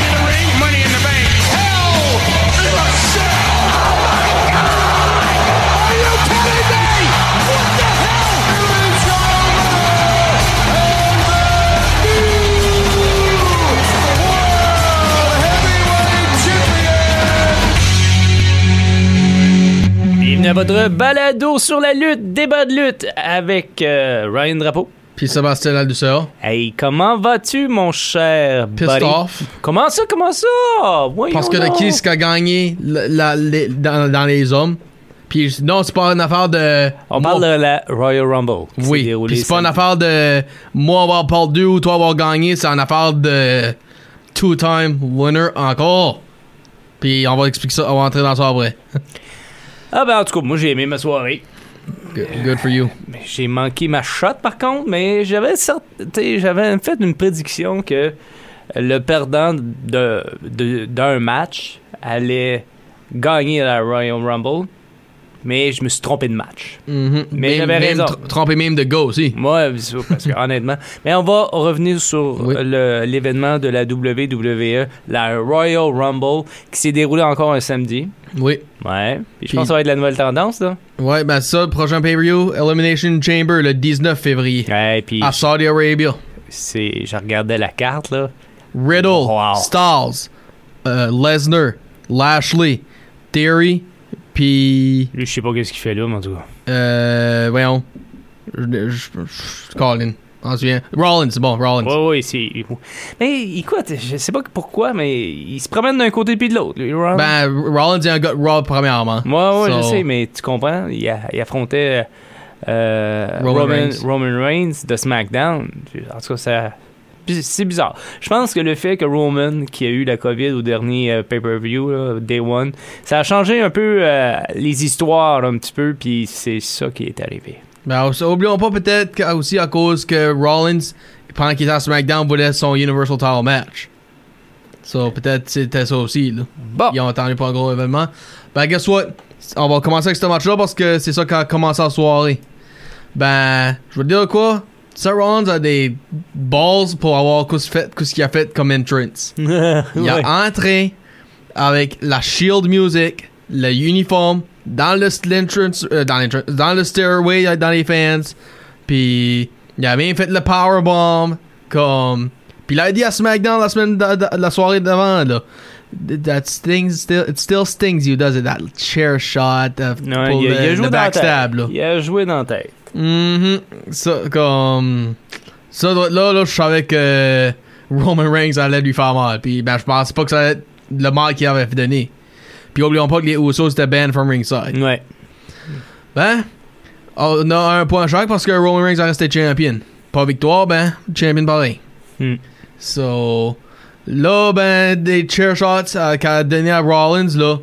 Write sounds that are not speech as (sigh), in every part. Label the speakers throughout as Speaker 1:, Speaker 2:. Speaker 1: of the Ring, Money in the Bank.
Speaker 2: Hell in a Cell. Oh Are you kidding me? What the hell?
Speaker 3: Bienvenue à votre balado sur la lutte, débat de lutte avec euh, Ryan Drapeau.
Speaker 4: Puis Sébastien Alduceur.
Speaker 3: Hey, comment vas-tu, mon cher
Speaker 4: Pissed off.
Speaker 3: Comment ça, comment ça? Voyons
Speaker 4: Parce que
Speaker 3: donc.
Speaker 4: le qui ce qui a gagné la- la- les- dans, dans les hommes. Puis non, c'est pas une affaire de.
Speaker 3: On
Speaker 4: moi-
Speaker 3: parle de la Royal Rumble. qui s'est
Speaker 4: Oui.
Speaker 3: déroulée
Speaker 4: Puis c'est pas une
Speaker 3: samedi.
Speaker 4: affaire de moi avoir perdu ou toi avoir gagné. C'est une affaire de two-time winner encore. Puis on va expliquer ça, on va entrer dans ça après.
Speaker 3: Ah ben, en tout cas, moi, j'ai aimé ma soirée.
Speaker 4: Good, good for you.
Speaker 3: Mais Ben, J'ai manqué ma shot, par contre, mais j'avais cert- t'sais, j'avais fait une prédiction que le perdant de- de- d'un match allait gagner la Royal Rumble, mais je me suis trompé de match.
Speaker 4: Mhm.
Speaker 3: Mais
Speaker 4: Même-
Speaker 3: j'avais
Speaker 4: même
Speaker 3: raison.
Speaker 4: tr- Tromper même de go aussi.
Speaker 3: Moi, c'est sûr, parce que (laughs) honnêtement. Mais on va revenir sur
Speaker 4: Oui.
Speaker 3: le- l'événement de la WWE, la Royal Rumble, qui s'est déroulée encore un samedi.
Speaker 4: Oui.
Speaker 3: Ouais. Puis je
Speaker 4: Puis-
Speaker 3: pense que ça va être la nouvelle tendance, là.
Speaker 4: Ouais, ben ça, prochain pay-per-view, Elimination Chamber le 19 février.
Speaker 3: Ouais, puis
Speaker 4: À Saudi Arabia.
Speaker 3: c'est, je regardais la carte, là.
Speaker 4: Riddle,
Speaker 3: Wow.
Speaker 4: Styles, euh, Lesnar, Lashley, Theory, puis
Speaker 3: Lui, je sais pas qu'est-ce qu'il fait là, mais en tout cas.
Speaker 4: euh, voyons, je- je- je- Colin, on se souvient. Rollins, c'est bon, Rollins.
Speaker 3: Oui, oui, c'est. Mais écoute, je sais pas pourquoi, mais il se promène d'un côté puis de l'autre. lui, Ron.
Speaker 4: Ben, Rollins est un gars de Raw premièrement.
Speaker 3: Moi, ouais, je
Speaker 4: So,
Speaker 3: sais, mais tu comprends, il, a- il affrontait euh,
Speaker 4: Roman
Speaker 3: Roman,
Speaker 4: Reigns.
Speaker 3: Roman Reigns de SmackDown. En tout cas, ça- puis c'est bizarre. Je pense que le fait que Roman, qui a eu la COVID au dernier euh, pay-per-view, là, Day One, ça a changé un peu euh, les histoires un petit peu, puis c'est ça qui est arrivé.
Speaker 4: Ben, aussi- oublions pas peut-être que- aussi à cause que uh, Rollins, pendant qu'il était à SmackDown, voulait son Universal Title match. So, peut-être c'était ça aussi, là.
Speaker 3: Bon,
Speaker 4: Ils ont attendu pour un gros événement. Ben, guess what? On va commencer avec ce match-là parce que c'est ça qui a commencé en soirée. Ben, je veux te dire quoi? Seth Rollins a des balls pour avoir qu'est-ce fait- qu'est-ce qu'il a fait comme entrance.
Speaker 3: (laughs)
Speaker 4: Il
Speaker 3: Ouais.
Speaker 4: a entré avec la Shield Music, le uniforme, dans le, s- l'entrance- euh, dans, l'entrance- dans le stairway, euh, dans les fans. Puis, il a bien fait le powerbomb. Comme. Puis, il a dit à SmackDown la, semaine d'a- d'a- la soirée d'avant, là. That stings still, it still stings you, does it? That chair shot uh,
Speaker 3: Non,
Speaker 4: pour
Speaker 3: il, a-
Speaker 4: le,
Speaker 3: il a joué
Speaker 4: le
Speaker 3: dans la tête.
Speaker 4: backstab, là.
Speaker 3: Il a joué dans la tête.
Speaker 4: Mhm. Ça, comme. Ça, doit- là, là, je savais que Roman Reigns allait lui faire mal. Puis, ben, je pense pas que ça allait être le mal qu'il avait donné. Puis, oublions pas que les Usos étaient banned from ringside.
Speaker 3: Ouais.
Speaker 4: Ben, on a un point chaque parce que Roman Reigns a resté champion. Pas victoire, ben, champion pareil.
Speaker 3: Hmm.
Speaker 4: So, là, ben, des chair shots euh, qu'elle a donné à Rollins, là.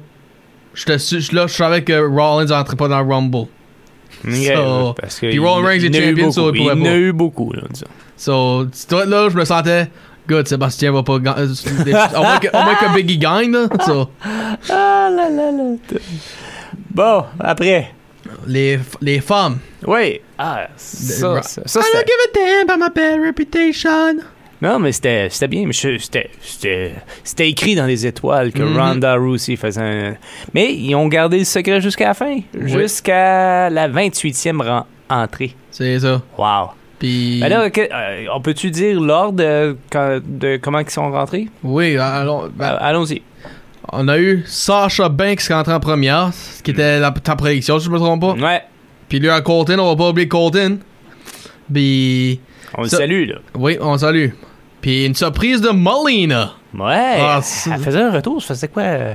Speaker 4: J'étais su- là, je savais que Rollins entrait pas dans le Rumble.
Speaker 3: Ouais,
Speaker 4: So,
Speaker 3: parce que
Speaker 4: puis Roman
Speaker 3: il-
Speaker 4: Reigns
Speaker 3: il
Speaker 4: est
Speaker 3: en a eu
Speaker 4: champion, so
Speaker 3: beaucoup.
Speaker 4: il pourrait
Speaker 3: Il en a
Speaker 4: pas.
Speaker 3: eu beaucoup, là, disons.
Speaker 4: So, tu vois, là, je me sentais. Good, Sébastien va pas gagner. Au moins que- au moins que Biggie gagne, là. So,
Speaker 3: Ah là là là. Bon, après.
Speaker 4: les, les femmes.
Speaker 3: Oui. Ah,
Speaker 4: Ra- Ah,
Speaker 3: ça, ça, ça,
Speaker 4: I
Speaker 3: c'était-
Speaker 4: don't give a damn about my bad reputation.
Speaker 3: Non, mais c'était c'était bien, mais je- c'était- c'était c'était écrit dans les étoiles que
Speaker 4: Mhm.
Speaker 3: Ronda Rousey faisait un... Mais ils ont gardé le secret jusqu'à la fin.
Speaker 4: Oui.
Speaker 3: Jusqu'à la 28e ren- entrée.
Speaker 4: C'est ça.
Speaker 3: Wow.
Speaker 4: Puis.
Speaker 3: Ben là, que- euh, on peut-tu dire l'ordre de, quand- de comment ils sont rentrés?
Speaker 4: oui, alors. ben,
Speaker 3: Euh, Allons-y.
Speaker 4: on a eu Sasha Banks qui est entrée en première, ce qui était la, ta prédiction, si je me trompe pas.
Speaker 3: Ouais.
Speaker 4: Puis lui à Colton, on va pas oublier Colton. Puis.
Speaker 3: On le
Speaker 4: Ça-
Speaker 3: salue, là.
Speaker 4: Oui, on salue. Puis une surprise de Molina.
Speaker 3: Ouais.
Speaker 4: Ah, c'est-
Speaker 3: elle faisait un retour, ça faisait quoi? euh,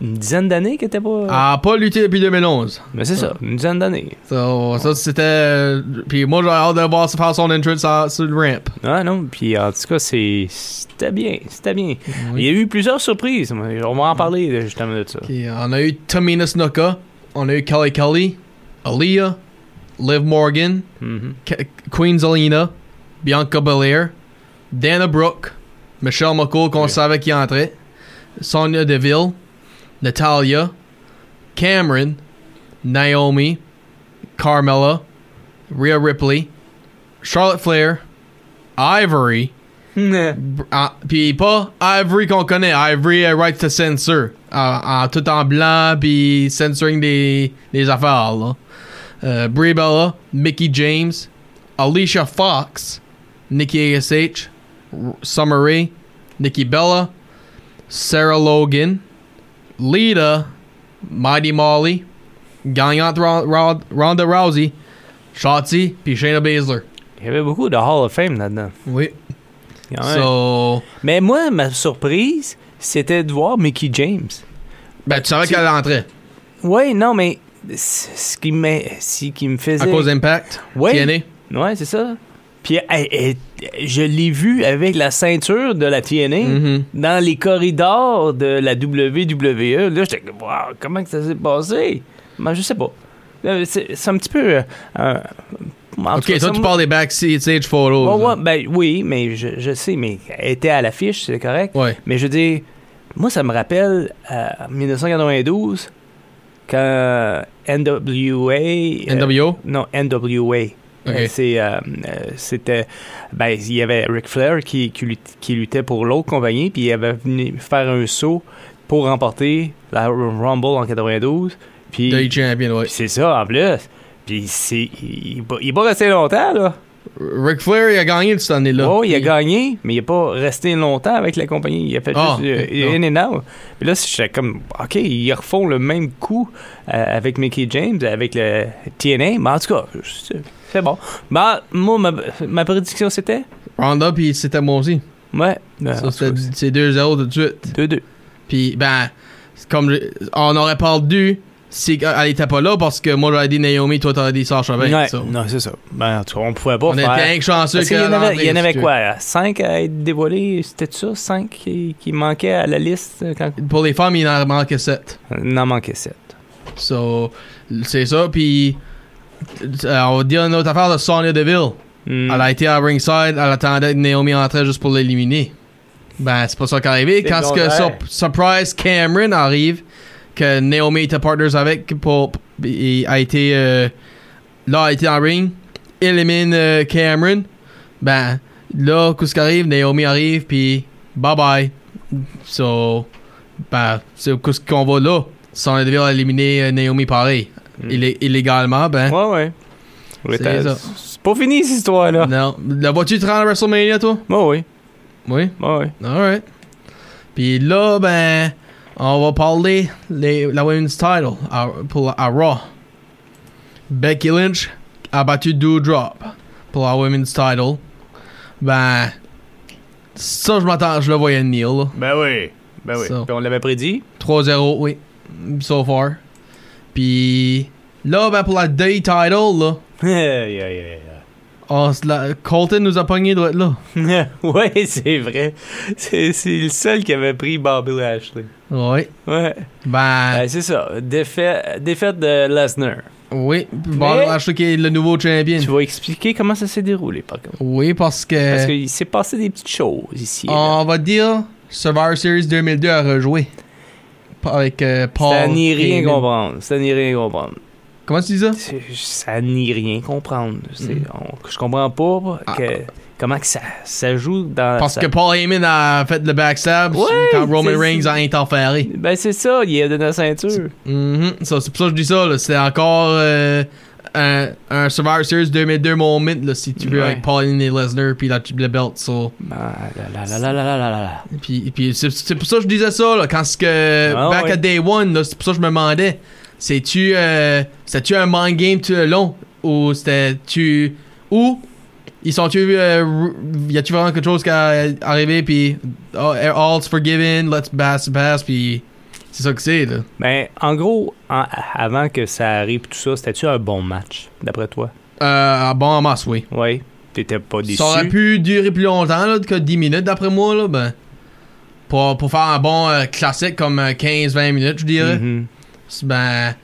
Speaker 3: Une dizaine d'années qu'elle était pas...
Speaker 4: Elle a pas lutté depuis 2011.
Speaker 3: Mais c'est ça, une dizaine d'années.
Speaker 4: So, ça c'était. euh, Puis moi j'ai hâte de voir se faire son entrance à- sur le ramp.
Speaker 3: Ah non, puis en tout cas, c'est- c'était bien, c'était bien. Il y a eu plusieurs surprises, mais on va en parler là, justement de ça.
Speaker 4: Puis, euh, on a eu Tamina Snuka, on a eu Kelly Kelly, Aaliyah, Liv Morgan, (laughs)
Speaker 3: Mhm.
Speaker 4: Ke- Queen Zelina, Bianca Belair, Dana Brooke, Michelle McCool, qu'on savait qui entrait. Sonia Deville. Natalia. Cameron. Naomi. Carmella. Rhea Ripley. Charlotte Flair. Ivory. Br- ah, puis pas Ivory qu'on connaît, Ivory euh, Right to Censor. Ah, ah, tout en blanc, puis censoring des, des affaires. Là. Euh, Brie Bella, Mickey James, Alicia Fox, Nikki ASH, R- Summer Rae, Nikki Bella, Sarah Logan, Lita, Mighty Molly, Gagnante Ro- Ro- Ronda Rousey, Shotzi, puis Shayna Baszler.
Speaker 3: Il y avait beaucoup de Hall of Fame là-dedans.
Speaker 4: Oui.
Speaker 3: Quand même.
Speaker 4: So,
Speaker 3: Mais moi, ma surprise, c'était de voir Mickey James.
Speaker 4: ben, tu savais qu'elle entrait
Speaker 3: Oui, non, mais c- ce qui me, ce qui me faisait.
Speaker 4: à cause d'Impact.
Speaker 3: Ouais.
Speaker 4: TNA.
Speaker 3: Ouais, c'est ça. Puis elle- elle- je l'ai vu avec la ceinture de la TNA
Speaker 4: Mhm.
Speaker 3: dans les corridors de la WWE. Là, j'étais comme, Wow, comment que ça s'est passé? Ben, je sais pas. Là, C'est c'est un petit peu. euh, euh, en tout
Speaker 4: Ok,
Speaker 3: cas, ça,
Speaker 4: toi, tu hein.
Speaker 3: moi-
Speaker 4: parles des backstage photos.
Speaker 3: Ouais,
Speaker 4: là.
Speaker 3: ouais, ben, oui, mais je, je sais, mais elle était à l'affiche, c'est correct.
Speaker 4: Ouais.
Speaker 3: Mais je veux dire, moi, ça me rappelle euh, 1992, quand euh, NWA. euh,
Speaker 4: NWO.
Speaker 3: non, NWA. Euh, c'est, euh, euh, C'était. Ben, il y avait Ric Flair qui, qui, lut- qui luttait pour l'autre compagnie, puis il avait venu faire un saut pour remporter la Rumble en 92. Puis
Speaker 4: De champion, ouais.
Speaker 3: puis c'est ça, en plus. Puis c'est- il n'est pas, il est pas resté longtemps, là.
Speaker 4: Ric Flair, il a gagné cette année-là.
Speaker 3: Oh, il a
Speaker 4: Puis-
Speaker 3: gagné, mais il n'est pas resté longtemps avec la compagnie. Il a fait
Speaker 4: Ah,
Speaker 3: juste euh,
Speaker 4: ok,
Speaker 3: in and out. Puis là, j'étais comme, OK, ils refont le même coup euh, avec Mickey James, avec le TNA. Mais en tout cas, c'est- c'est bon. Ben, moi, ma, ma prédiction, c'était...
Speaker 4: Ronda, puis c'était moi aussi.
Speaker 3: Ouais. euh, en
Speaker 4: Ça,
Speaker 3: tout
Speaker 4: c'était
Speaker 3: cas,
Speaker 4: c'est 2-0 tout de suite.
Speaker 3: c'est 2-2.
Speaker 4: Puis, ben, c'est comme je- on aurait perdu si elle était pas là parce que moi, j'aurais dit Naomi, toi, t'aurais dit Sasha Banks.
Speaker 3: Ouais,
Speaker 4: so.
Speaker 3: Non, c'est ça. Ben, en tout cas, on pouvait pas
Speaker 4: Ah On était
Speaker 3: faire...
Speaker 4: rien que chanceux
Speaker 3: Parce qu'il y
Speaker 4: qu'elle
Speaker 3: en avait,
Speaker 4: rentrait,
Speaker 3: il y en
Speaker 4: si
Speaker 3: avait
Speaker 4: tu veux.
Speaker 3: quoi? 5 à être dévoilés, c'était ça? 5 qui, qui manquaient à la liste? euh, Quand...
Speaker 4: Pour les femmes, il en manquait 7.
Speaker 3: Il en manquait 7.
Speaker 4: So, c'est ça. Puis, euh, on va dire une autre affaire de Sonya Deville. Elle a été à ringside, elle attendait que Naomi entrait juste pour l'éliminer. Ben, c'est pas ça qui est arrivé.
Speaker 3: C'est
Speaker 4: Quand ce que
Speaker 3: contraire.
Speaker 4: sur- Surprise Cameron arrive, que Naomi était partners avec, pour, et a été, euh, là, a été en ring, élimine euh, Cameron. Ben, là, qu'est-ce qui arrive? Naomi arrive, puis bye bye. So, ben, c'est qu'est-ce qu'on va là. Sonya Deville a éliminé euh, Naomi pareil. Illé- illégalement, ben.
Speaker 3: Hmm. Ouais, ouais. Ouais,
Speaker 4: C'est
Speaker 3: t'as-
Speaker 4: ça.
Speaker 3: C'est pas fini, cette histoire-là.
Speaker 4: Non. La vois-tu te rendre à WrestleMania, toi?
Speaker 3: Bah oui,
Speaker 4: Oui.
Speaker 3: bah oui.
Speaker 4: Alright. Puis là, ben, on va parler les, la Women's Title à, pour la- à Raw. Becky Lynch a battu Drop pour la Women's Title. Ben, ça, je m'attends, je le voyais venir, là.
Speaker 3: Ben oui. Ben oui.
Speaker 4: Ça.
Speaker 3: Puis on l'avait prédit.
Speaker 4: 3-0, oui. So far. Puis là, ben, pour la Day Title, là,
Speaker 3: (laughs) Aïe, aïe, aïe,
Speaker 4: on se la- Colton nous a pogné doit être là.
Speaker 3: aïe. (laughs) ouais, c'est vrai. C'est c'est le seul qui avait pris Bobby Lashley.
Speaker 4: Oui.
Speaker 3: Ouais.
Speaker 4: Ben,
Speaker 3: Ben, c'est ça. Défait- défaite de Lesnar.
Speaker 4: oui. Bon,
Speaker 3: Mais-
Speaker 4: je sais qu'il est le nouveau champion.
Speaker 3: Tu vas expliquer comment ça s'est déroulé, par contre.
Speaker 4: Oui, parce que.
Speaker 3: Parce qu'il s'est passé des petites choses ici. et là.
Speaker 4: On va dire Survivor Series 2002 à rejouer. Pa- Avec euh, Paul.
Speaker 3: ça n'y rien
Speaker 4: Heyman.
Speaker 3: comprendre. Ça n'y rien comprendre.
Speaker 4: Comment tu dis ça?
Speaker 3: C'est- Ça n'y rien comprendre. C'est-
Speaker 4: Mm.
Speaker 3: on- je comprends pas que- comment que ça, ça joue dans.
Speaker 4: Ah. Parce
Speaker 3: Ah, ça-
Speaker 4: que Paul Heyman a fait le backstab
Speaker 3: Ouais,
Speaker 4: quand Roman
Speaker 3: c'est-
Speaker 4: Reigns a interféré.
Speaker 3: Ben c'est ça, il a donné la ceinture.
Speaker 4: Mhm. Ça, c'est pour ça que je dis ça. là. C'est encore euh, un, un Survivor Series 2002 moment, là, si tu veux,
Speaker 3: Ouais.
Speaker 4: avec Paul Heyman et Lesnar, puis la, le belt. so.
Speaker 3: Ah, là, là, là, là, là, là, là, là, là.
Speaker 4: Puis, puis c'est- c'est pour ça que je disais ça, là, quand ce que.
Speaker 3: Ah,
Speaker 4: back
Speaker 3: ouais.
Speaker 4: at day one, là, c'est pour ça que je me demandais. C'est-tu. Euh, tu un mind game tout le long Ou c'était-tu. Ou. Ils sont-tu. Euh, r- y a-tu vraiment quelque chose qui est arrivé, puis. oh, all's forgiven, let's pass, pass, puis. C'est ça que c'est, là.
Speaker 3: Ben, en gros, en- avant que ça arrive tout ça, c'était-tu un bon match, d'après toi?
Speaker 4: Euh, bon, en masse, oui.
Speaker 3: Oui. T'étais pas déçu.
Speaker 4: Ça aurait pu durer plus longtemps, là, que 10 minutes, d'après moi, là, ben. Pour, pour faire un bon euh, classique comme euh, 15-20 minutes, je dirais.
Speaker 3: Mhm.
Speaker 4: C'est- Ben,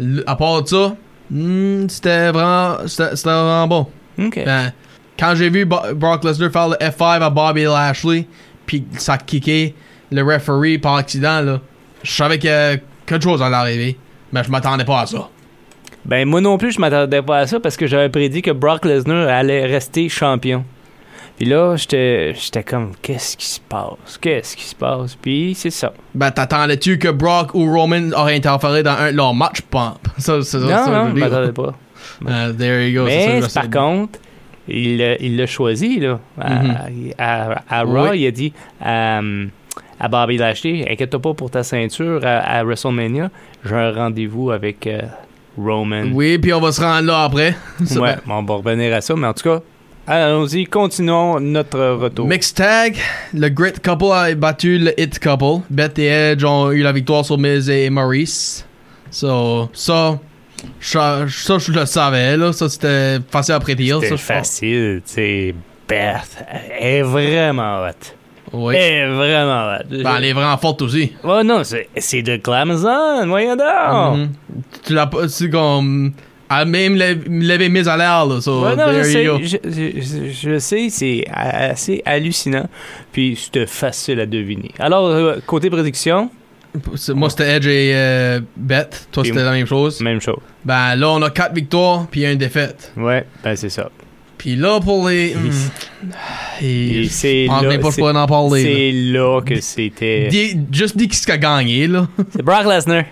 Speaker 4: l- à part de ça, hmm, c'était vraiment, c'était c'était vraiment bon.
Speaker 3: OK.
Speaker 4: Ben, quand j'ai vu Bo- Brock Lesnar faire le F5 à Bobby Lashley, puis ça a kické le referee par accident, là, je savais que quelque chose allait arriver. Mais je m'attendais pas à ça.
Speaker 3: Ben, moi non plus, je m'attendais pas à ça parce que j'avais prédit que Brock Lesnar allait rester champion. Puis là, j'étais j'étais comme, qu'est-ce qui se passe? Qu'est-ce qui se passe? Puis c'est ça.
Speaker 4: Ben, t'attendais-tu que Brock ou Roman auraient interféré dans un de leurs matchs pump? (laughs) Ça, c'est ça. c'est
Speaker 3: non,
Speaker 4: ça que
Speaker 3: non,
Speaker 4: je
Speaker 3: je
Speaker 4: dis.
Speaker 3: m'attendais pas.
Speaker 4: Euh, there you go. c'est ça que
Speaker 3: Mais
Speaker 4: je
Speaker 3: par
Speaker 4: sais.
Speaker 3: contre, il l'a il l'a choisi, là. À,
Speaker 4: Mhm.
Speaker 3: à- à Raw,
Speaker 4: Oui.
Speaker 3: il a dit euh, à Bobby Lashley, inquiète-toi pas pour ta ceinture à, à WrestleMania, j'ai un rendez-vous avec euh, Roman.
Speaker 4: Oui, puis on va se rendre là après. (laughs) Ça,
Speaker 3: Ouais, bon, on va revenir à ça, mais en tout cas, allons-y, continuons notre retour.
Speaker 4: Mixed tag, le Great Couple a battu le Hit Couple. Beth et Edge ont eu la victoire sur Miz et Maurice. So, ça, ça, ça, je le savais, là. Ça, c'était facile à prédire. ça,
Speaker 3: C'était
Speaker 4: je pense.
Speaker 3: facile, tu sais. Beth est vraiment hot.
Speaker 4: Oui.
Speaker 3: est vraiment hot.
Speaker 4: Ben, elle est vraiment forte aussi.
Speaker 3: Oh non, c'est c'est de Clamazon, voyons donc.
Speaker 4: Mhm. Tu l'as pas, c'est comme. Elle a même lev- levé Miz à l'air, là. So,
Speaker 3: Ouais, non, je
Speaker 4: there you go.
Speaker 3: sais, je, je- je- je sais, c'est a- assez hallucinant, puis c'était facile à deviner. Alors, euh, côté prédiction,
Speaker 4: C'est- Moi, c'était Edge et euh, Beth. Toi,
Speaker 3: Et
Speaker 4: c'était la même chose.
Speaker 3: même chose.
Speaker 4: Ben, là, on a 4 victoires, puis une défaite.
Speaker 3: Ouais, ben c'est ça.
Speaker 4: Puis là, pour les. hmm, (sighs)
Speaker 3: Et
Speaker 4: et-
Speaker 3: c'est
Speaker 4: Je pense
Speaker 3: là-
Speaker 4: même pas
Speaker 3: c'est- euh,
Speaker 4: je pourrais en parler.
Speaker 3: C'est là que
Speaker 4: là.
Speaker 3: c'était...
Speaker 4: Dis- juste dis qui ce qui a gagné, là. (laughs)
Speaker 3: C'est Brock Lesnar.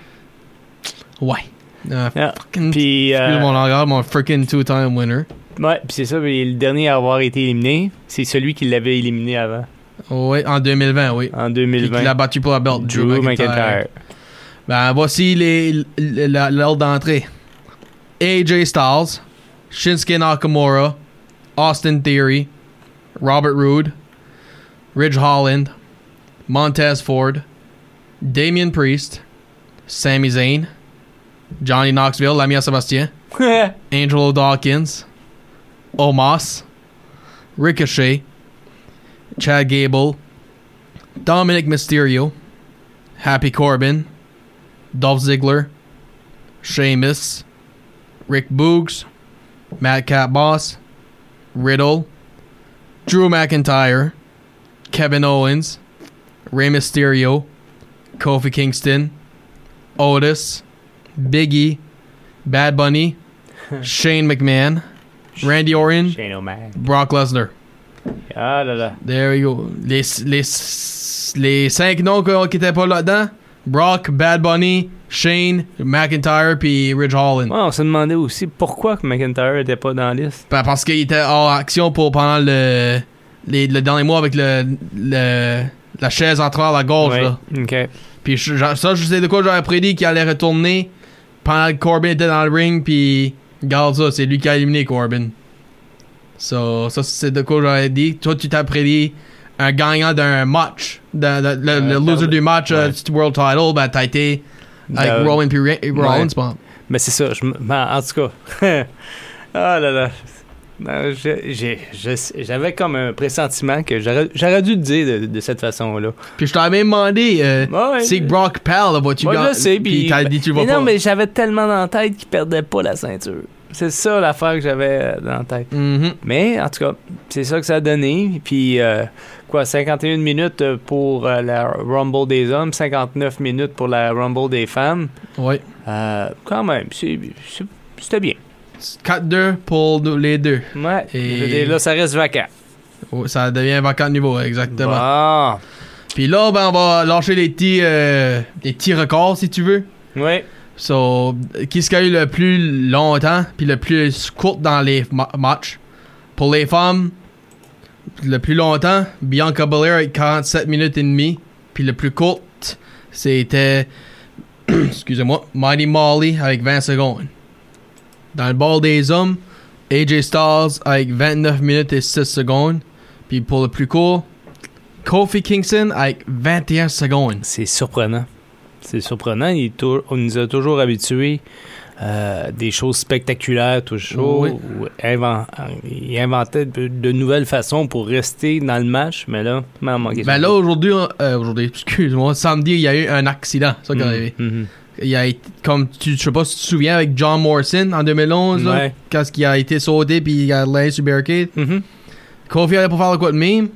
Speaker 4: ouais. Euh,
Speaker 3: Ah,
Speaker 4: fucking.
Speaker 3: Puis, euh,
Speaker 4: excuse mon langage, mon freaking two-time winner.
Speaker 3: ouais, puis c'est ça, puis le dernier à avoir été éliminé, c'est celui qui l'avait éliminé avant,
Speaker 4: Ouais, en 2020, oui.
Speaker 3: en
Speaker 4: Puis qu'il
Speaker 3: 2020.
Speaker 4: a battu pour la belt,
Speaker 3: Drew McIntyre.
Speaker 4: Ben, voici les- l- l- la- l'ordre d'entrée AJ Styles, Shinsuke Nakamura, Austin Theory, Robert Roode, Ridge Holland, Montez Ford, Damian Priest, Sami Zayn, Johnny Knoxville, Lamia Sebastien, Angelo Dawkins, Omos, Ricochet, Chad Gable, Dominic Mysterio, Happy Corbin, Dolph Ziggler, Sheamus, Rick Boogs, Matt Cat Boss, Riddle, Drew McIntyre, Kevin Owens, Rey Mysterio, Kofi Kingston, Otis, Biggie, Bad Bunny, Shane McMahon, Randy
Speaker 3: (laughs)
Speaker 4: Orton,
Speaker 3: Shane O'Mac.
Speaker 4: Brock Lesnar.
Speaker 3: Ah là là.
Speaker 4: There you go. Les, les, les cinq noms qu'on- qui étaient pas là-dedans Brock, Bad Bunny, Shane, McIntyre, puis Ridge Holland.
Speaker 3: Ouais, on se demandait aussi pourquoi que McIntyre était pas dans la liste.
Speaker 4: Ben, parce qu'il était hors action pour pendant le, les, le dernier mois avec le, le- la chaise en travers la gorge.
Speaker 3: Ouais,
Speaker 4: là.
Speaker 3: ok.
Speaker 4: Puis je- j'a- ça, je sais de quoi j'avais prédit qu'il allait retourner pendant que Corbin était dans le ring. Puis regarde ça, c'est lui qui a éliminé Corbin. So, ça, c'est de quoi j'avais dit. Toi, tu t'as prédit un gagnant d'un match, d'un- le- le, le
Speaker 3: Euh,
Speaker 4: loser du match
Speaker 3: ouais.
Speaker 4: euh, du World Title. Ben, t'as été avec
Speaker 3: Euh,
Speaker 4: Roman puis Re- Rollins, je pense.
Speaker 3: Mais c'est ça, je, m- ben, en tout cas. (laughs) ah là là. Non, je- j'ai- je- J'avais comme un pressentiment que j'aurais j'aurais dû le dire de, de cette façon-là. Bah
Speaker 4: Puis je t'avais même demandé, euh,
Speaker 3: Ouais.
Speaker 4: c'est que Brock Pell, là, vas-tu
Speaker 3: Moi, je
Speaker 4: gagner?
Speaker 3: le sais, puis- ben,
Speaker 4: t'as dit, tu vas
Speaker 3: mais
Speaker 4: pas.
Speaker 3: non, mais j'avais tellement dans la tête qu'il perdait pas la ceinture. C'est ça l'affaire que j'avais euh, dans la tête.
Speaker 4: Mhm.
Speaker 3: Mais en tout cas, c'est ça que ça a donné. Puis euh, quoi, 51 minutes euh, pour euh, la Rumble des hommes, 59 minutes pour la Rumble des femmes.
Speaker 4: Ouais.
Speaker 3: Euh, quand même, c'est- c'est- c'était bien.
Speaker 4: 4-2 pour nous- les deux.
Speaker 3: Ouais.
Speaker 4: Et-
Speaker 3: Je veux dire, Là, ça reste vacant.
Speaker 4: Oh, Ça devient vacant de niveau, exactement.
Speaker 3: Ah,
Speaker 4: Puis là, ben, on va lâcher les petits, euh, les petits records, si tu veux.
Speaker 3: oui.
Speaker 4: So, qui ce qui a eu le plus longtemps, puis le plus court dans les ma- matchs. Pour les femmes, le plus longtemps, Bianca Belair avec 47 minutes et demie. Puis le plus court, c'était, (clears throat) excusez-moi, Mighty Molly avec 20 secondes. Dans le bord des hommes, AJ Styles avec 29 minutes et 6 secondes. Puis pour le plus court, Kofi Kingston avec 21 secondes.
Speaker 3: C'est surprenant. C'est surprenant. Il est tou- on nous a toujours habitués euh, des choses spectaculaires, toujours.
Speaker 4: Oui.
Speaker 3: ou inven- il inventait de, de nouvelles façons pour rester dans le match, mais là, maman,
Speaker 4: Ben là, aujourd'hui, euh, aujourd'hui, (laughs) excuse-moi, samedi, il y a eu un accident, ça
Speaker 3: Mm.
Speaker 4: qui est
Speaker 3: Hmm.
Speaker 4: arrivé.
Speaker 3: Mm-hmm.
Speaker 4: Il y a été, comme tu, je sais pas si tu te souviens, avec John Morrison en 2011, là,
Speaker 3: Ouais.
Speaker 4: quand
Speaker 3: Mm-hmm.
Speaker 4: il a été sauté puis il a laissé sur le barricade. Kofi allait pour faire le quoi de même.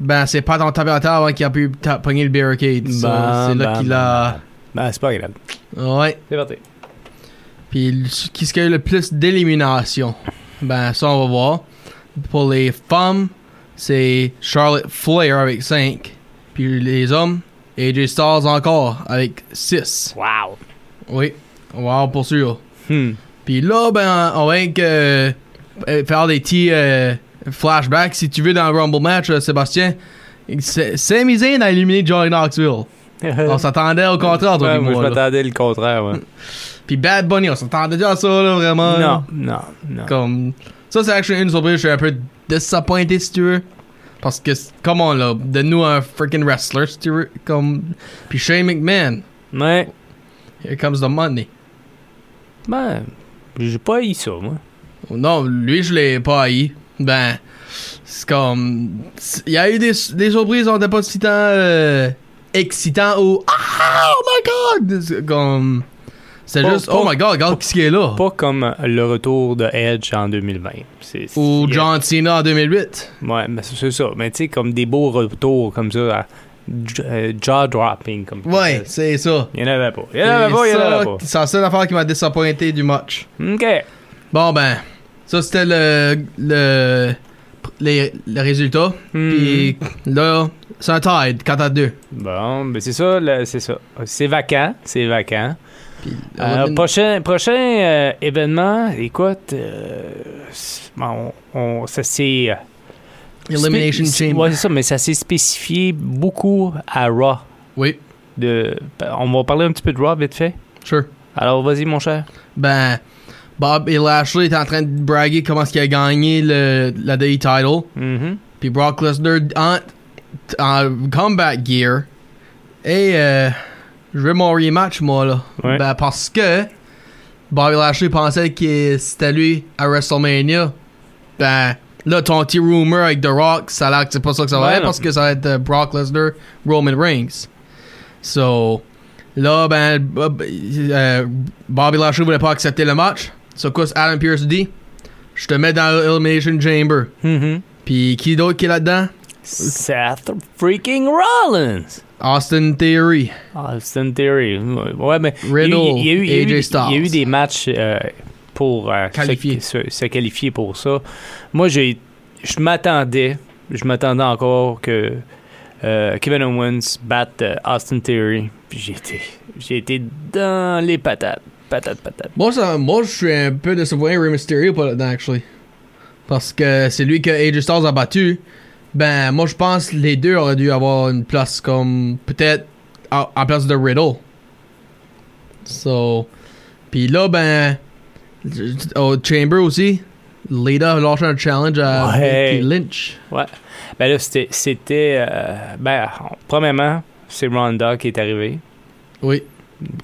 Speaker 4: Ben, c'est pas dans Tabata avant qu'il a pu ta- pogner le barricade. So,
Speaker 3: Ben,
Speaker 4: c'est là
Speaker 3: ben,
Speaker 4: qu'il
Speaker 3: ben,
Speaker 4: a.
Speaker 3: Ben, c'est pas grave.
Speaker 4: Ouais.
Speaker 3: C'est parti.
Speaker 4: Puis, ce qui ce qui a eu le plus d'élimination? Ben, ça, on va voir. Pour les femmes, c'est Charlotte Flair avec 5. Puis les hommes, AJ Styles encore avec 6.
Speaker 3: Wow.
Speaker 4: Oui. Wow, pour sûr.
Speaker 3: Hmm.
Speaker 4: Puis là, ben, on va que, euh, faire des petits euh, flashbacks, si tu veux, dans le Rumble match, euh, Sébastien. C'est- Sami Zayn a éliminé Johnny Knoxville. (laughs) On s'attendait au contraire, toi,
Speaker 3: Ouais,
Speaker 4: puis
Speaker 3: moi, je
Speaker 4: moi. là.
Speaker 3: m'attendais le contraire, ouais.
Speaker 4: Puis Bad Bunny, on s'attendait déjà à ça, là, vraiment.
Speaker 3: non, non, non.
Speaker 4: Ah. Comme, ça, c'est actually une surprise. Je suis un peu disappointé, si tu veux. Parce que, c- come on, là, donne-nous un freaking wrestler, si tu veux. Comme, puis Shane McMahon,
Speaker 3: Ouais.
Speaker 4: here comes the money.
Speaker 3: Ben, j'ai pas eu ça, moi.
Speaker 4: Non, lui, je l'ai pas haï. Ben, c'est comme. c'est- Il y a eu des, des surprises, on n'était pas si tant euh, excitant ou. Ah, oh my god! C'est Comme. C'est
Speaker 3: Pas-
Speaker 4: juste,
Speaker 3: pas-
Speaker 4: oh my god, regarde
Speaker 3: pas-
Speaker 4: qui est là.
Speaker 3: Pas comme le retour de Edge en 2020. C'est- c'est-
Speaker 4: Ou
Speaker 3: il y a-
Speaker 4: John Cena en 2008.
Speaker 3: Ouais, mais c'est c'est ça. Mais tu sais, comme des beaux retours comme ça, à- j- euh, jaw-dropping. Comme
Speaker 4: Ouais, c'est ça.
Speaker 3: Il y en avait pas. Il y en avait
Speaker 4: Et
Speaker 3: pas, il y en
Speaker 4: ça,
Speaker 3: avait pas.
Speaker 4: C'est la seule affaire qui m'a disappointé du match.
Speaker 3: OK.
Speaker 4: Bon, ben, ça c'était le. le. les, les résultats.
Speaker 3: Hmm.
Speaker 4: Puis là, c'est un tide, 4 à 2.
Speaker 3: Bon, ben c'est ça, là, c'est ça. C'est vacant, c'est vacant.
Speaker 4: Ah
Speaker 3: Euh,
Speaker 4: on-
Speaker 3: prochain prochain euh, événement, écoute, euh, c'est- bon, on, on- ça s'est... euh,
Speaker 4: Elimination
Speaker 3: spé-
Speaker 4: Chamber.
Speaker 3: Ouais, c'est ça, mais ça s'est spécifié beaucoup à Raw.
Speaker 4: Oui,
Speaker 3: De, on va parler un petit peu de Raw vite fait.
Speaker 4: sure.
Speaker 3: Alors, vas-y, mon cher.
Speaker 4: Ben, Bob et Lashley étaient en train de braguer comment est-ce qu'il a gagné le, la DI title.
Speaker 3: Mhm.
Speaker 4: Puis Brock Lesnar en, en uh, combat gear. Et euh, je veux mon rematch, moi, là.
Speaker 3: Ouais.
Speaker 4: Ben, parce que Bobby Lashley pensait que c'était lui à WrestleMania. Ben, là, ton petit rumor avec The Rock, ça a l'air que c'est pas ça que ça va
Speaker 3: Ouais,
Speaker 4: être
Speaker 3: non.
Speaker 4: parce que ça va être euh, Brock Lesnar, Roman Reigns. So, là, ben, Bob- euh, Bobby Lashley voulait pas accepter le match. So, qu'est-ce que Adam Pierce dit? Je te mets dans l'Elimination Chamber.
Speaker 3: Mhm.
Speaker 4: Puis qui d'autre qui est là-dedans?
Speaker 3: Seth freaking Rollins!
Speaker 4: Austin Theory.
Speaker 3: Austin Theory. Ouais, mais il y a eu-
Speaker 4: Riddle,
Speaker 3: il y a eu- il y a eu-
Speaker 4: AJ
Speaker 3: Il y a eu
Speaker 4: Styles.
Speaker 3: des matchs euh, pour euh, se-
Speaker 4: Qualifier.
Speaker 3: Se, se qualifier pour ça. Moi, j'ai, je m'attendais, je m'attendais encore que euh, Kevin Owens batte euh, Austin Theory. Puis j'ai été, j'ai été dans les patates, patates, patates.
Speaker 4: Moi, ça, moi, je suis un peu déçu. Ray Mysterio pas là-dedans, actually. Parce que c'est lui que AJ Styles a battu. Ben, moi, je pense que les deux auraient dû avoir une place comme. Peut-être en en place de Riddle. So. Puis là, ben. Au Chamber aussi, Lita a lancé un challenge à
Speaker 3: Ouais.
Speaker 4: Becky Lynch.
Speaker 3: Ben là, c'était, c'était, euh, ben, premièrement, c'est Ronda qui est arrivé.
Speaker 4: Oui.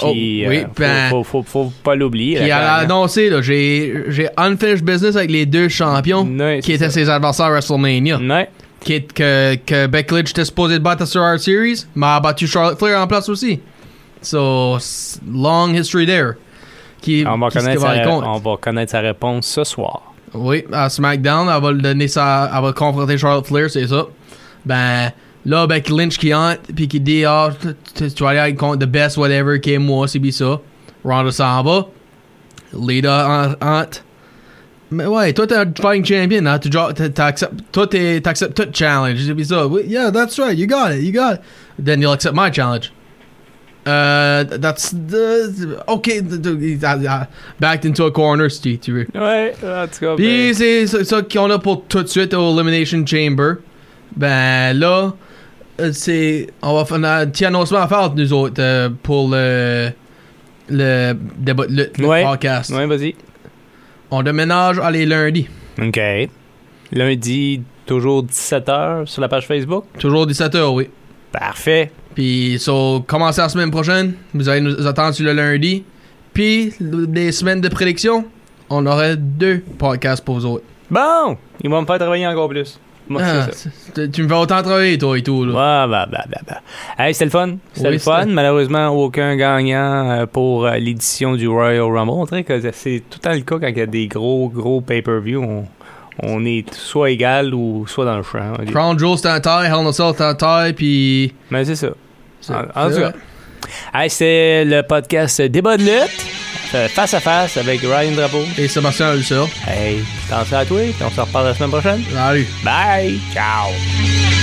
Speaker 4: Oh,
Speaker 3: Puis, euh,
Speaker 4: oui,
Speaker 3: faut,
Speaker 4: ben-
Speaker 3: faut, faut, faut pas l'oublier.
Speaker 4: Puis elle a
Speaker 3: la-
Speaker 4: annoncé, là, j'ai j'ai unfinished business avec les deux champions
Speaker 3: Ouais, Mm, c'est
Speaker 4: qui étaient
Speaker 3: ça. Mm.
Speaker 4: ses adversaires à WrestleMania.
Speaker 3: Ouais.
Speaker 4: qui est- que, que Becky Lynch était supposé battre sur Survivor Series, mais a battu Charlotte Flair en place aussi. So, s- long history there. Qui,
Speaker 3: On va,
Speaker 4: qui
Speaker 3: connaître
Speaker 4: se va
Speaker 3: sa,
Speaker 4: rendre
Speaker 3: on
Speaker 4: compte.
Speaker 3: va connaître sa réponse ce soir.
Speaker 4: Oui, à SmackDown, elle va le donner ça, elle va confronter Charlotte Flair, c'est ça. Ben, là, Becky Lynch qui hante, puis qui dit, ah, tu- tu tu vas aller contre The Best, whatever, qui est moi, c'est bien ça. Ronda s'en va. Lita en- hante. Mais ouais, toi, t'es un fighting champion, hein. Tu dro- t'as- t'acceptes, toi, t'es- t'acceptes tout challenge. C'est bien ça. Oui, Yeah, that's right, you got it, you got it. Then you'll accept my challenge. Uh, that's the, okay. th- th- I- I backed into a corner, si tu veux.
Speaker 3: Ouais, en tout cas. ben,
Speaker 4: Puis c'est ça- ça qu'on a pour tout de suite au Elimination Chamber. Ben là, euh, c'est. On va faire un petit annoncement à faire, nous autres, euh, pour le. Le débat de lutte, le
Speaker 3: Ouais.
Speaker 4: podcast.
Speaker 3: Ouais, vas-y.
Speaker 4: On déménage à les lundis.
Speaker 3: OK. Lundi, toujours 17h sur la page Facebook.
Speaker 4: Toujours 17h, oui.
Speaker 3: Parfait.
Speaker 4: Puis, so, commencez la semaine prochaine. Vous allez nous attendre sur le lundi. Puis, des semaines de prédiction, on aurait deux podcasts pour vous autres.
Speaker 3: Bon, ils vont me faire travailler encore plus. Moi,
Speaker 4: Ah,
Speaker 3: c'est ça.
Speaker 4: tu- tu me fais autant travailler, toi et tout. Là.
Speaker 3: Bah, bah, bah, bah, bah. Hey, c'était le fun. C'était
Speaker 4: Oui,
Speaker 3: le fun.
Speaker 4: c'était-
Speaker 3: Malheureusement, aucun gagnant euh, pour euh, l'édition du Royal Rumble. On dirait que c'est tout le temps le cas quand il y a des gros, gros pay-per-view. On, on est soit égal ou soit dans le champ. ok.
Speaker 4: Crown Jewel, c'était un taille. Hell in a Cell, c'était un taille. Puis.
Speaker 3: Mais c'est ça.
Speaker 4: c'est-
Speaker 3: En, en
Speaker 4: c'est
Speaker 3: tout
Speaker 4: vrai.
Speaker 3: cas, hey, c'est le podcast Débat de lutte, euh, face à face avec Ryan Drapeau.
Speaker 4: Et Sébastien Ulcer.
Speaker 3: Hey, attention à toi, puis on se reparle la semaine prochaine.
Speaker 4: Salut.
Speaker 3: Bye! Ciao!